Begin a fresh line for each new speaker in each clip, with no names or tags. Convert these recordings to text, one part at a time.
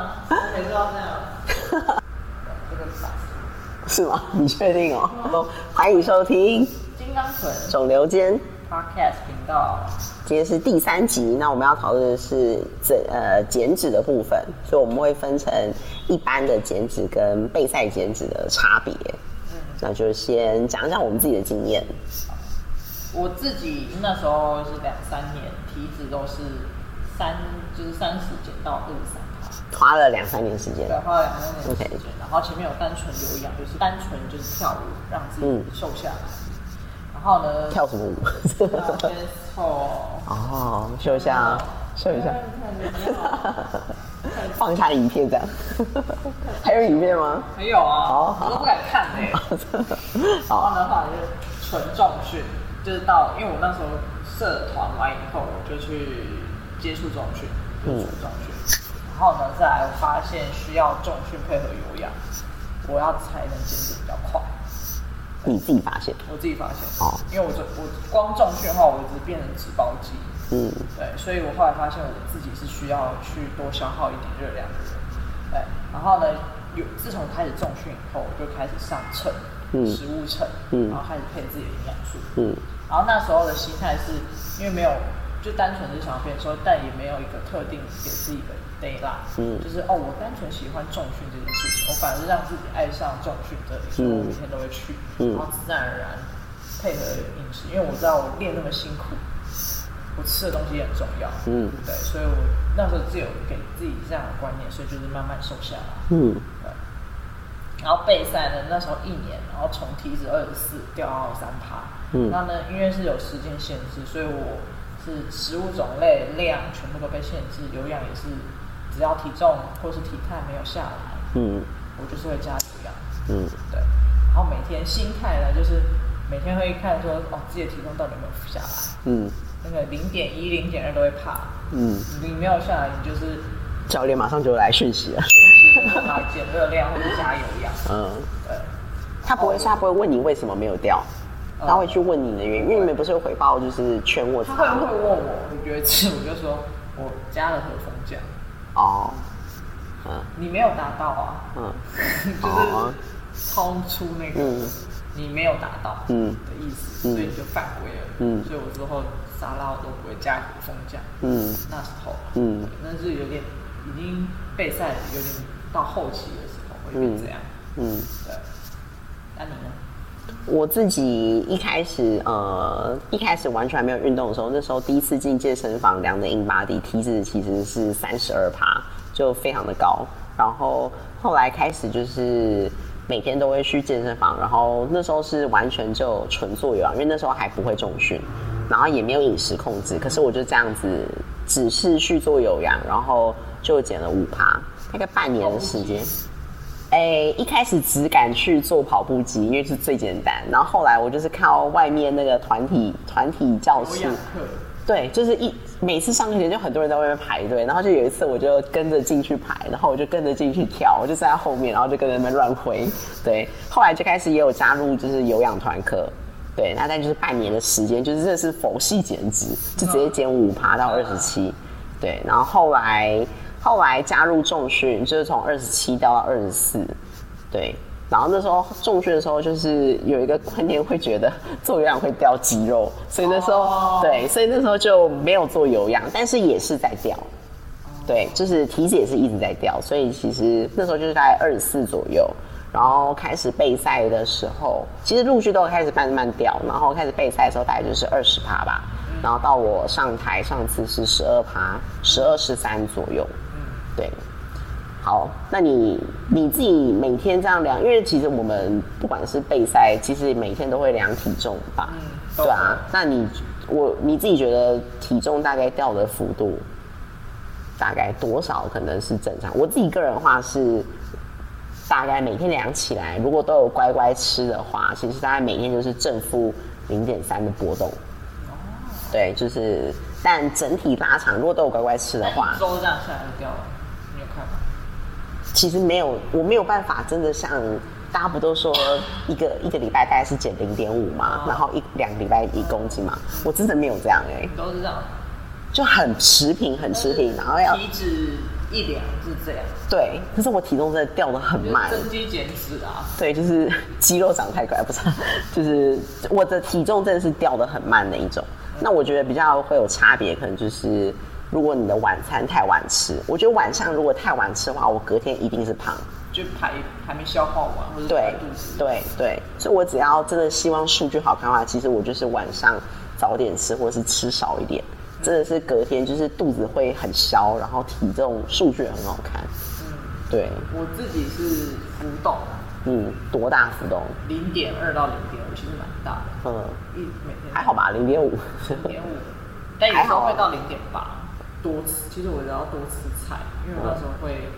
到那样。
是吗？ 你确定哦？好欢迎收听
金刚臀
肿瘤间，
Podcast 频道，
今天是第三集。那我们要讨论的是这呃减脂的部分，所以我们会分成一般的减脂跟备赛减脂的差别。那就先讲讲我们自己的经验。
我自己那时候是两三年，体脂都是三，就是三十减到二十三。
花了两三年时间
对，，花了两三年时间，然后前面有单纯有氧，就是单纯就是跳舞，让自己瘦下来。然后呢，
跳什么舞？
然后后
哦，秀一下，秀一下，放下影片这样。 还有影片吗？
没有啊，
好好
我都不敢看哎、然后
好，
呢，后来就是纯重训，就是到因为我那时候社团完以后，我就去接触重训，就是纯重训。然后呢，再来我发现需要重训配合有氧，我要才能减脂比较快。
你自己发现。
我自己发现，
哦
因为我这我光重训的话，我一直变成脂包肌，
嗯，
对，所以我后来发现我自己是需要去多消耗一点热量的人，对。然后呢，有自从开始重训以后，我就开始上秤，
嗯
食物秤，
嗯
然后开始配自己的营养素，
嗯
然后那时候的心态是因为没有，就单纯是想要变瘦，但也没有一个特定给自己的 d a y l i g h t
嗯
就是哦，我单纯喜欢重训这件事情，我反而是让自己爱上重训这里，所以我每天都会去，然
嗯
后自然而然配合饮食，因为我知道我练那么辛苦，我吃的东西也很重要，
嗯
对，所以我那时候自己有给自己这样的观念，所以就是慢慢瘦下来，
嗯，
对。然后备赛呢，那时候一年，然后从体脂二十四掉到三趴。
嗯
那呢，因为是有时间限制，所以我是食物种类量全部都被限制，有氧也是，只要体重或是体态没有下来，
嗯
我就是会加有氧。
嗯
对。然后每天心态呢，就是每天会看说，哦，自己的体重到底有没有下来？
嗯
那个零点一、零点二都会怕，
嗯，
你没有下来，你就是
教练马上就来讯息了。
确实是来减热量或者加有氧。
嗯，
对。
他不会，他不会问你为什么没有掉，
嗯
他会去问你的原因，因为你们不是有回报就是劝我
他会会问我，我觉得吃，我就说我加了和风酱，
哦，嗯
你没有达到啊，
嗯哦
就是超出那个、
嗯
你没有达到
嗯
的意思，
嗯
所以就犯规了。
嗯
所以我之后沙拉我都不会加和风酱。
嗯
那时候，啊
嗯
对那是有点已经备赛有点到后期的时候会变这样。
嗯。
对，那你呢？
我自己一开始呃，一开始完全没有运动的时候，那时候第一次进健身房量的 in body 体脂其实是三十二趴，就非常的高。然后后来开始就是每天都会去健身房，然后那时候是完全就纯做有氧，因为那时候还不会重训，然后也没有饮食控制，可是我就这样子只是去做有氧，然后就减了五趴，大概半年的时间。哎、一开始只敢去做跑步机，因为是最简单。然后后来我就是看到外面那个团体团体教
有
室
氧，课，
对，就是一每次上课前就很多人在外面排队，然后就有一次我就跟着进去排，然后我就跟着进去跳，我就站在后面，然后就跟着那边乱挥。对，后来就开始也有加入就是有氧团课，对，那但就是半年的时间，就是这是佛系减脂，就直接减五趴到二十七，对，然后后来后来加入重训，就是从二十七掉到二十四，对。然后那时候重训的时候，就是有一个观念会觉得做有氧会掉肌肉，所以那时候、
哦
对。对，所以那时候就没有做有氧，但是也是在掉。对，就是体脂也是一直在掉，所以其实那时候就是大概二十四左右，然后开始备赛的时候，其实陆续都有开始慢慢掉，然后开始备赛的时候大概就是二十趴吧，然后到我上台上次是十二趴，十二十三左右，对。好，那你你自己每天这样量，因为其实我们不管是备赛，其实每天都会量体重吧，
嗯
对啊。那你我你自己觉得体重大概掉的幅度大概多少可能是正常？我自己个人的话是大概每天量起来，如果都有乖乖吃的话，其实大概每天就是正负零点三的波动。对，就是但整体拉长，如果都有乖乖吃的
那
话
一，周这样下来就掉了，你有看吗？
其实没有，我没有办法真的像大家不都说一个一个礼拜大概是减零点五嘛，
哦
然后一两个礼拜一公斤嘛，我真的没有这样哎、
你都是这样。
就很持平，很持平，然后要
体脂一两是这样，
对，可是我体重真的掉的很
就是
慢，
增肌减脂啊，
对，就是肌肉长太快，不是，就是我的体重真的是掉的很慢的一种。那我觉得比较会有差别，可能就是如果你的晚餐太晚吃，我觉得晚上如果太晚吃的话，我隔天一定是胖。
就排还没消化完或者
对
排肚子，
对对，所以我只要真的希望数据好看的话，其实我就是晚上早点吃，或者是吃少一点，真的是隔天就是肚子会很消，然后体重数据很好看。
嗯，
对，
我自己是浮动
嗯，多大浮动？
零点二到零点五，其实蛮大的，
嗯，
一每天
还好吧，零点五。
零点五，但有时候会到零点八，多吃。其实我要多吃菜，因为我那时候会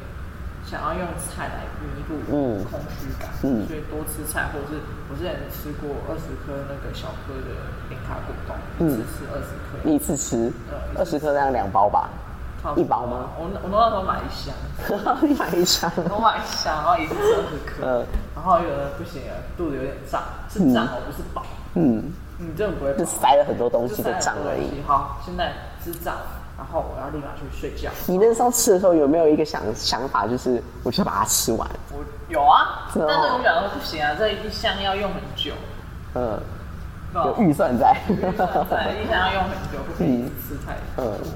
想要用菜来弥补
嗯
空虚感，
嗯
所以多吃菜，或者是我之前吃过二十颗那个小颗的零卡果冻，
嗯
只吃二十颗，
一次吃
嗯
二十颗，这样两包吧，
差不多
一包吗？
我那我那时候买一箱，
你买一箱。
我买一箱，然后一次吃二十
嗯
颗，然后有人不行了，肚子有点胀，是胀哦，不是饱，
嗯，
你真的不会
就
饱。
塞了很多东西的胀而已。。
好，现在是胀，然后我要立马去睡觉。
你那时候吃的时候有没有一个想想法，就是我就把它吃完？
我有啊，
是哦
但是我想说不行啊，这一箱要用很久，
嗯，
那
有预算在。
对，一箱要用很久，不可以吃太多。
嗯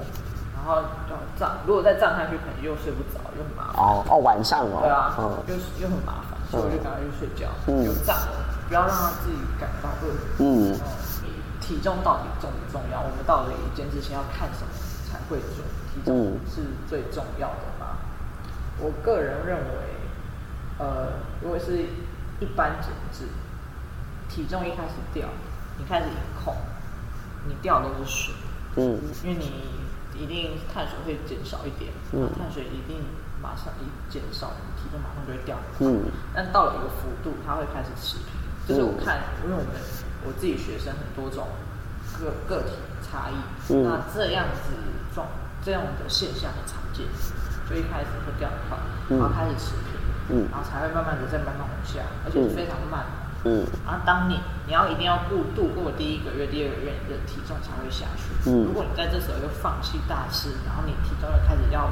然后要胀，如果再胀下去，可能又睡不着，又很麻烦。
哦哦，晚上哦。
对啊，
嗯
又又很麻烦，所以我就赶快去睡觉。
嗯
有胀了，不要让他自己感到饿。
嗯
然后体重到底重不重要？我们到底一件事情要看什么才会准？体重
嗯
是最重要的吗？我个人认为，呃，如果是一般减脂，体重一开始掉，你开始饮控，你掉的都是水。
嗯
因为你一定碳水会减少一点，
嗯
然后碳水一定马上一减少，你体重马上就会掉。
嗯
但到了一个幅度，它会开始持平。就是我看，因为我们我自己学生很多种个个体差异，
嗯
那这样子状这样的现象很常见，就一开始会掉很快，
嗯
然后开始持平，
嗯
然后才会慢慢的再慢慢往下，而且
嗯
非常慢。
嗯
然后当你你要一定要过度过第一个月、第二个月，你的体重才会下去。
嗯
如果你在这时候又放弃大吃，然后你体重又开始要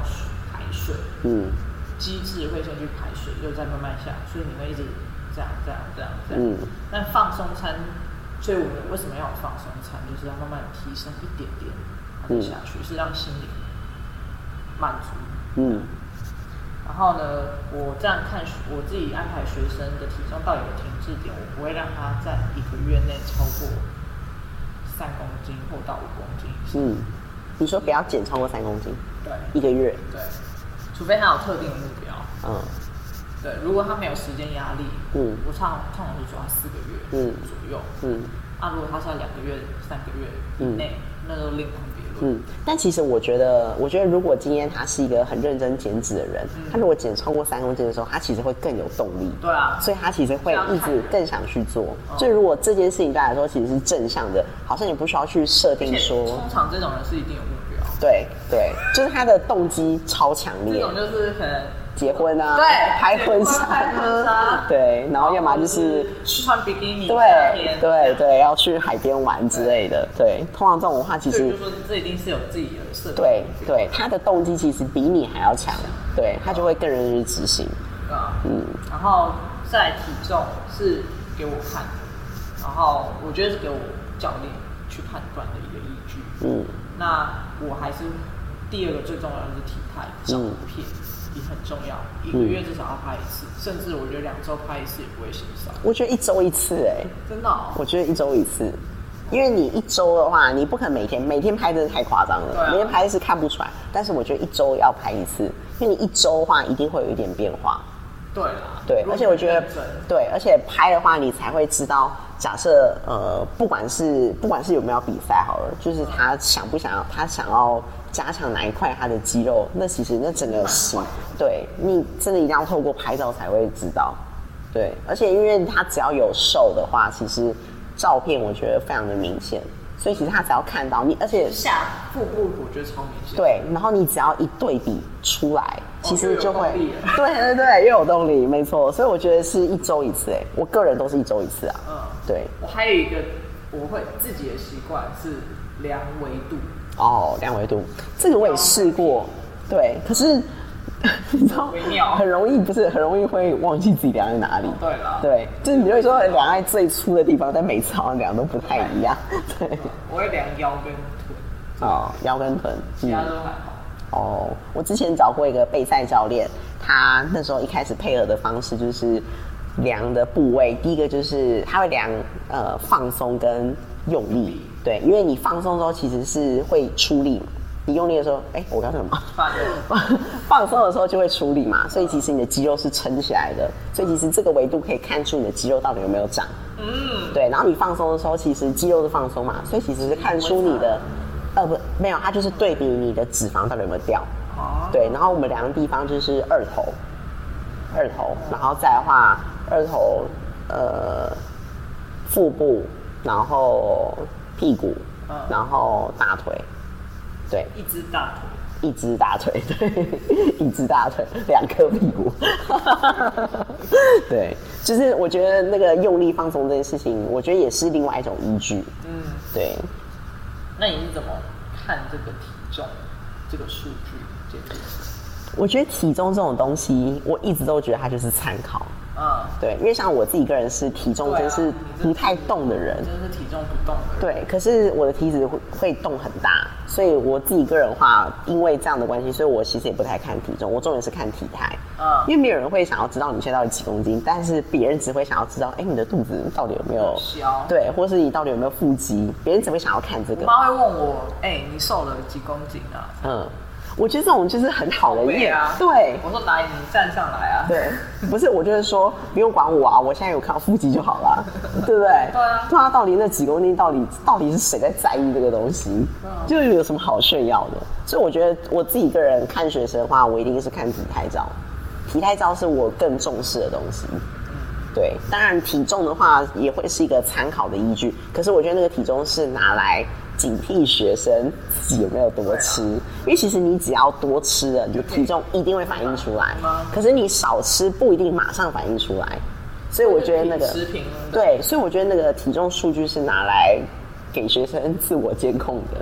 排水，
嗯
机制会先去排水，又再慢慢下，所以你会一直这样、这样、这样、这样。
嗯
但放松餐，所以我们为什么要有放松餐？就是要慢慢提升一点点，然后再下去，是让心里满足。
嗯
然后呢，我这样看学我自己安排学生的体重到底有停滞点，我不会让他在一个月内超过三公斤或到五公斤以上。
嗯，你说不要减超过三公斤
对
一个月。
对，除非他有特定的目标。
嗯
对，如果他没有时间压力，
嗯
我常通常是抓四个月
嗯
左右。
嗯
那、如果他是要两个月、三个月以
嗯
内，那就另当别论。
嗯，但其实我觉得，我觉得如果今天他是一个很认真减脂的人，
嗯
他如果减超过三公斤的时候，他其实会更有动力。
对啊，
所以他其实会一直更想去做。所以如果这件事情对他来说其实是正向的，好像也不需要去设
而
定
且
说，
通常这种人是一定有目标，
对对，就是他的动机超强
这
烈，
种就是可能
结婚啊，
对
拍婚
结婚拍婚
纱啊
纱，
对，然后要么就是。
去哦穿比基尼夏
对
天
对对，要去海边玩之类的。对，通常这种的话，其
所以就
实
说这一定是有自己的设定
嗯对对，他的动机其实比你还要强，对他就会更认真去执行。
啊，
嗯
然后再来体重是给我看的，然后我觉得是给我教练去判断的一个依据。
嗯
那我还是第二个最重要的是体态照片也很重要，一个月至少要拍一次，甚至我觉得两周拍一次也不会嫌少，
我觉得一周一次、哎，
真的、哦。
我觉得一周一次，因为你一周的话，你不可能每天每天拍，真的太夸张
对
了，
啊
每天拍是看不出来。但是我觉得一周要拍一次，因为你一周的话一定会有一点变化。
对啦，
对，
如果
而且我觉得
认真
对，而且拍的话，你才会知道，假设呃，不管是不管是有没有比赛好了，就是他想不想要，他想要加强哪一块他的肌肉，那其实那整个形，对你真的一定要透过拍照才会知道。对，而且因为他只要有瘦的话，其实照片我觉得非常的明显，所以其实他只要看到你，而且
下腹部我觉得超明显，
对，然后你只要一对比出来，其实就会、
哦又有动力了
对对对，又有动力，没错。所以我觉得是一周一次，哎，我个人都是一周一次啊。
嗯。
对，
我还有一个我会自己的习惯是量维度，
哦，两维度，这个我也试过，对，可是 你知道
微妙
很容易不是很容易会忘记自己量在哪里。
对啊啦，
对，就是你会说量在最粗的地方，但每次好像量都不太一样。 对，
我会量腰跟臀，
哦，腰跟臀，
其他都还好。
哦，我之前找过一个备赛教练，他那时候一开始配合的方式就是量的部位，第一个就是他会量呃放松跟用力，对，因为你放松之后其实是会出力嘛，你用力的时候，哎、我刚才什么？
反正
放松的时候就会出力嘛，所以其实你的肌肉是撑起来的，所以其实这个维度可以看出你的肌肉到底有没有长。嗯，对。然后你放松的时候，其实肌肉是放松嘛，所以其实是看出你的，呃不没有，它就是对比你的脂肪到底有没有掉。
哦，
对，然后我们量的地方就是二头，二头，然后再的话，二头呃腹部，然后屁股
嗯，
然后大腿，对。
一只大腿，
一只大腿，对，一只大腿，两颗屁股， 对，就是我觉得那个用力放松这件事情，我觉得也是另外一种依据，
嗯，
对，
那你是怎么看这个体重这个数据这件事？
我觉得体重这种东西，我一直都觉得它就是参考，
嗯，
对，因为像我自己个人是体重真是不太动的人
真，的是体重不动的人。
对，可是我的体脂会会动很大，所以我自己个人的话，因为这样的关系，所以我其实也不太看体重，我重点是看体态。
嗯
因为没有人会想要知道你现在到底几公斤，但是别人只会想要知道，哎、你的肚子到底有没有
有消
对，或是你到底有没有腹肌，别人只会想要看这
我
个。
妈会问我，哎、你瘦了几公斤啊？
嗯，我觉得这种就是很好的
对
验，
啊，
对
我说来，你站上来啊。
对，不是，我就是说不用管我啊，我现在有看到腹肌就好了，对不
对
对？
啊
对啊，到底那几公斤，到底到底是谁在在意这个东西？
啊
就是有什么好炫耀的？所以我觉得我自己个人看学生的话，我一定是看体态照，体态照是我更重视的东西。对，当然体重的话也会是一个参考的依据，可是我觉得那个体重是拿来警惕学生自己有没有多吃，因为其实你只要多吃了，你的体重一定会反映出来
对吗，
可是你少吃不一定马上反映出来，所以我觉得那个
持平的
对，所以我觉得那个体重数据是拿来给学生自我监控的。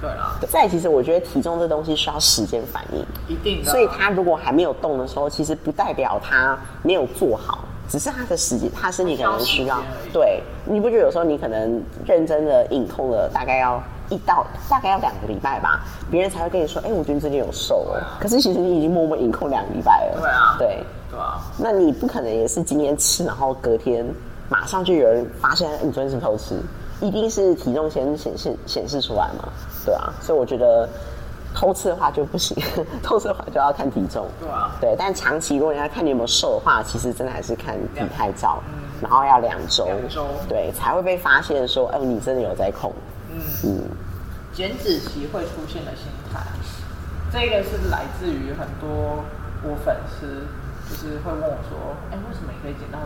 对啦，
再来其实我觉得体重这东西需要时间反应，
一定的啊。
所以他如果还没有动的时候，其实不代表他没有做好，只是他的时间，他身体可能需要
他需要时哦间而已。
对，你不觉得有时候你可能认真的隐控了，大概要一到大概要两个礼拜吧，别人才会跟你说，哎、我觉得你最近有瘦了。可是其实你已经默默隐控两个礼拜了。
对啊
对，
对啊，
那你不可能也是今天吃，然后隔天马上就有人发现哎你昨天是不是偷吃，一定是体重先显示显示出来嘛，对啊，所以我觉得偷吃的话就不行， 偷吃的话就要看体重，
对啊
对，但长期如果你要看你有没有瘦的话，其实真的还是看体态照，然后要两周，
两周
对，才会被发现说，哎、你真的有在控，嗯，
减脂期会出现的心态，这个是来自于很多我粉丝，就是会问我说，哎、为什么你可以减到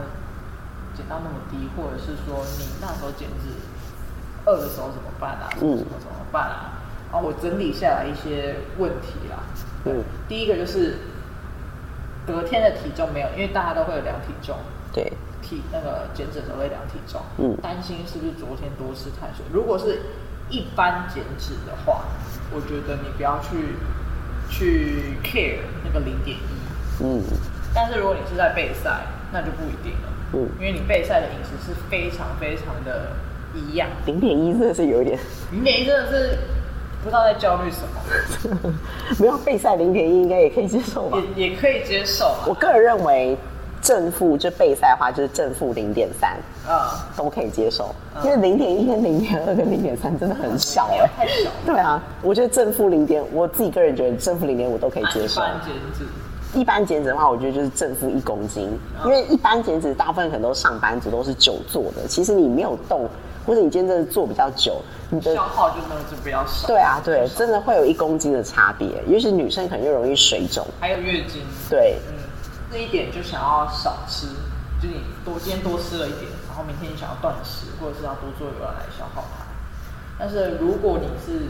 减到那么低，或者是说你那时候减脂饿的时候怎么办啊？什么什么怎么办啊？然后我整理下来一些问题啦。
嗯，
第一个就是隔天的体重没有，因为大家都会有量体重，
对，
体那个减脂的时候会量体重，
嗯
担心是不是昨天多吃碳水。如果是一般减脂的话，我觉得你不要去去 care 那个零点一，
嗯，
但是如果你是在备赛，那就不一定了，
嗯
因为你备赛的饮食是非常非常的一样，
零点一真的是有一点。
零点一真的是不知道在焦虑什么，
没有备赛零点一应该也可以接受吧？
也也可以接受啊，
我个人认为正负就备赛的话，就是正负零点三
啊、
都可以接受，
嗯
因为零点一跟零点二跟零点三真的很小哎、
太小了，
对啊，我觉得正负零点，我自己个人觉得正负零点五都可以接
一
受。
般减脂，
一般减脂的话，我觉得就是正负一公斤，
嗯
因为一般减脂大部分可能都上班族都是久坐的，其实你没有动，或者你今天真的坐比较久，你的
消耗就真的是比较少，
对啊对，真的会有一公斤的差别，尤其是女生可能又容易水肿，
还有月经，
对，
嗯，这一点就想要少吃，就你多今天多吃了一点，然后明天你想要断食，或者是要多做有氧来消耗它。但是如果你是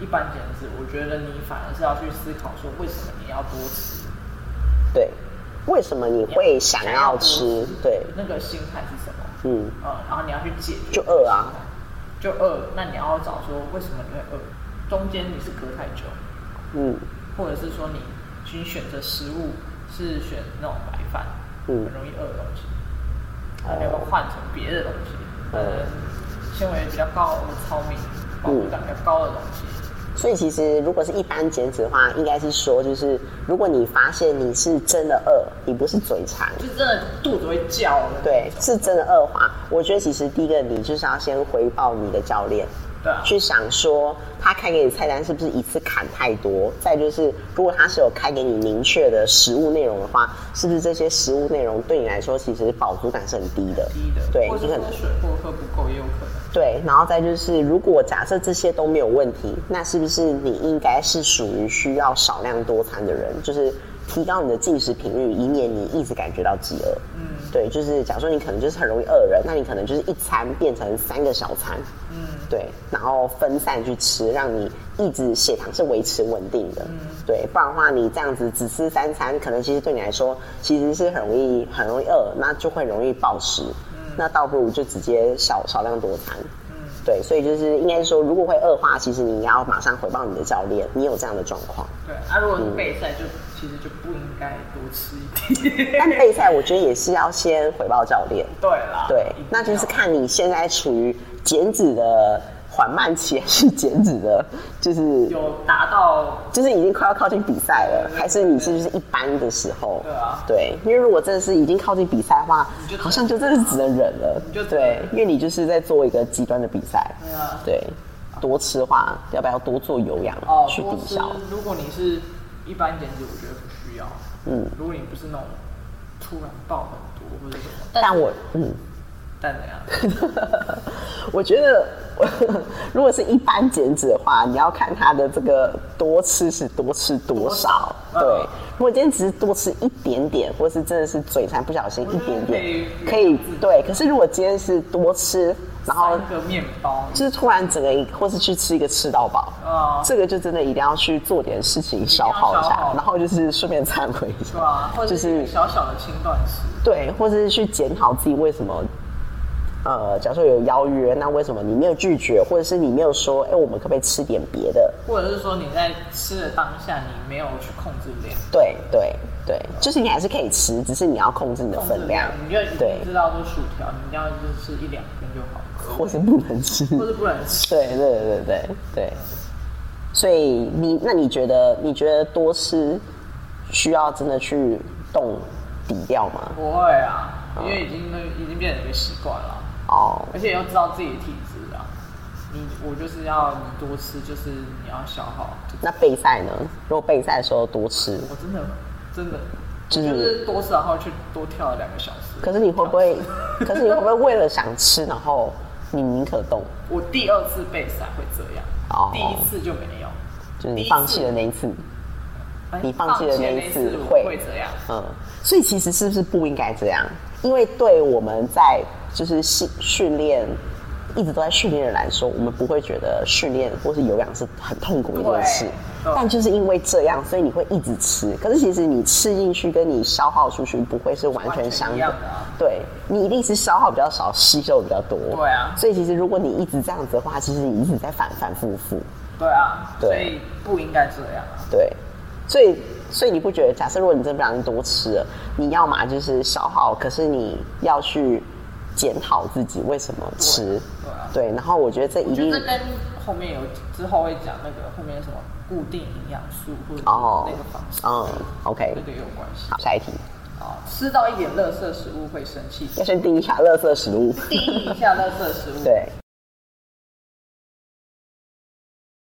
一般减脂，我觉得你反而是要去思考说，为什么你要多吃，
对，为什么你会想要吃？对，
那个心态是什么？
嗯，
呃，然后你要去解决，
就饿啊，
就饿，那你要找说为什么你会饿，中间你是隔太久，
嗯，
或者是说你请选择食物是选那种白饭，
嗯
很容易饿的东西，那要不要换成别的东西？
哦
呃，纤维比较高的糙米，饱腹感比较高的东西。
所以其实如果是一般减脂的话，应该是说就是，如果你发现你是真的饿，你不是嘴馋，
就真的肚子会叫了，
对，是真的饿的话，我觉得其实第一个你就是要先回报你的教练，
对啊，
去想说他开给你菜单是不是一次砍太多，再就是如果他是有开给你明确的食物内容的话，是不是这些食物内容对你来说其实饱足感是很低的？
低的，
对，
或者
你可能
说水或喝不够也有可能。
对，然后再就是，如果假设这些都没有问题，那是不是你应该是属于需要少量多餐的人？就是提高你的进食频率，以免你一直感觉到饥饿。
嗯
对，就是假如说你可能就是很容易饿人，那你可能就是一餐变成三个小餐，
嗯，
对，然后分散去吃，让你一直血糖是维持稳定的。对，不然的话你这样子只吃三餐，可能其实对你来说其实是很容易很容易饿，那就会容易暴食。那倒不如就直接少少量多餐。对，所以就是应该是说，如果会恶化，其实你应该要马上回报你的教练，你有这样的状况。
对。啊，如果是备赛，就其实就不应该多吃一点。
但备赛我觉得也是要先回报教练，
对啦，
对，那就是看你现在处于减脂的缓慢期，还是减脂的，就是
有达到，
就是已经快要靠近比赛了，还是你是就是一般的时候？
对啊
对，因为如果真的是已经靠近比赛的话
你就，
好像就真的是只能忍了
你就。只能
对，因为你就是在做一个极端的比赛。
对啊
对，多吃的话，要不要多做有氧
哦，
去
多
抵
吃
消？。
如果你是一般减脂，我觉得不需要。
嗯，
如果你不是那种突然爆很多或者什么，
但我嗯，
但怎样？
我觉得如果是一般减脂的话，你要看他的这个多吃是多吃多少。
多少
对
嗯，
如果今天只是多吃一点点，或是真的是嘴馋不小心一点点
嗯，
可以对。可是如果今天是多吃，然后
三个面包，
就是突然整个一，或是去吃一个吃到饱。
啊，
这个就真的一定要去做点事情
定要
消耗一
消
下
耗，
然后就是顺便忏悔一
对
下，
吧？或者
就是
一个小小的轻断食，
对，或者是去检讨自己为什么，呃，假如说有邀约，那为什么你没有拒绝，或者是你没有说，哎、我们可不可以吃点别的？
或者是说你在吃的当下，你没有去控制量。
对对对，就是你还是可以吃，只是你要控制你的
控制
分量，
你就已
对
经知道说薯条，你一定要就是吃一两根就好，
或是不能吃。
或者不能吃。
对对对对对，所以你那你觉得你觉得多吃需要真的去动底掉吗？
不会啊，因为已经那已经变成一个习惯了，
哦，
而且要知道自己的体质啊。你我就是要你多吃，就是你要消耗。就
那备赛呢？如果备赛的时候多吃，
我真的真的
就
就是是多吃，然后去多跳了两个小时。
可是你会不会？可是你会不会为了想吃，然后你宁可动，
我第二次备赛会这样，
哦
第一次就没有。
就是
第一次
你放弃的那一次，
哎
你放弃的那一次
我
会
会这样。
嗯，所以其实是不是不应该这样？因为对我们在就是训训练一直都在训练的人来说，我们不会觉得训练或是有氧是很痛苦的一件事
对。对
但就是因为这样，所以你会一直吃。可是其实你吃进去跟你消耗出去不会是完全相
完全一
等
样的啊
对你一定是消耗比较少，吸收比较多。
对啊
所以其实如果你一直这样子的话，其实你一直在反反复复。
对啊，
对
所以不应该这样啊。
对，所以所以你不觉得，假设如果你真的不小心多吃了，你要嘛就是消耗，可是你要去检讨自己为什么吃，
对啊
对然后我觉得这
我
一
觉得
定
这跟后面有之后会讲那个后面什么固定营养素或者是
哦
那个方式，
嗯，OK，
那个也有关系。
好，下一题，
啊，吃 到一点垃圾食物会生气，
要先定一下垃圾食物，
定义一下垃圾食物。
对。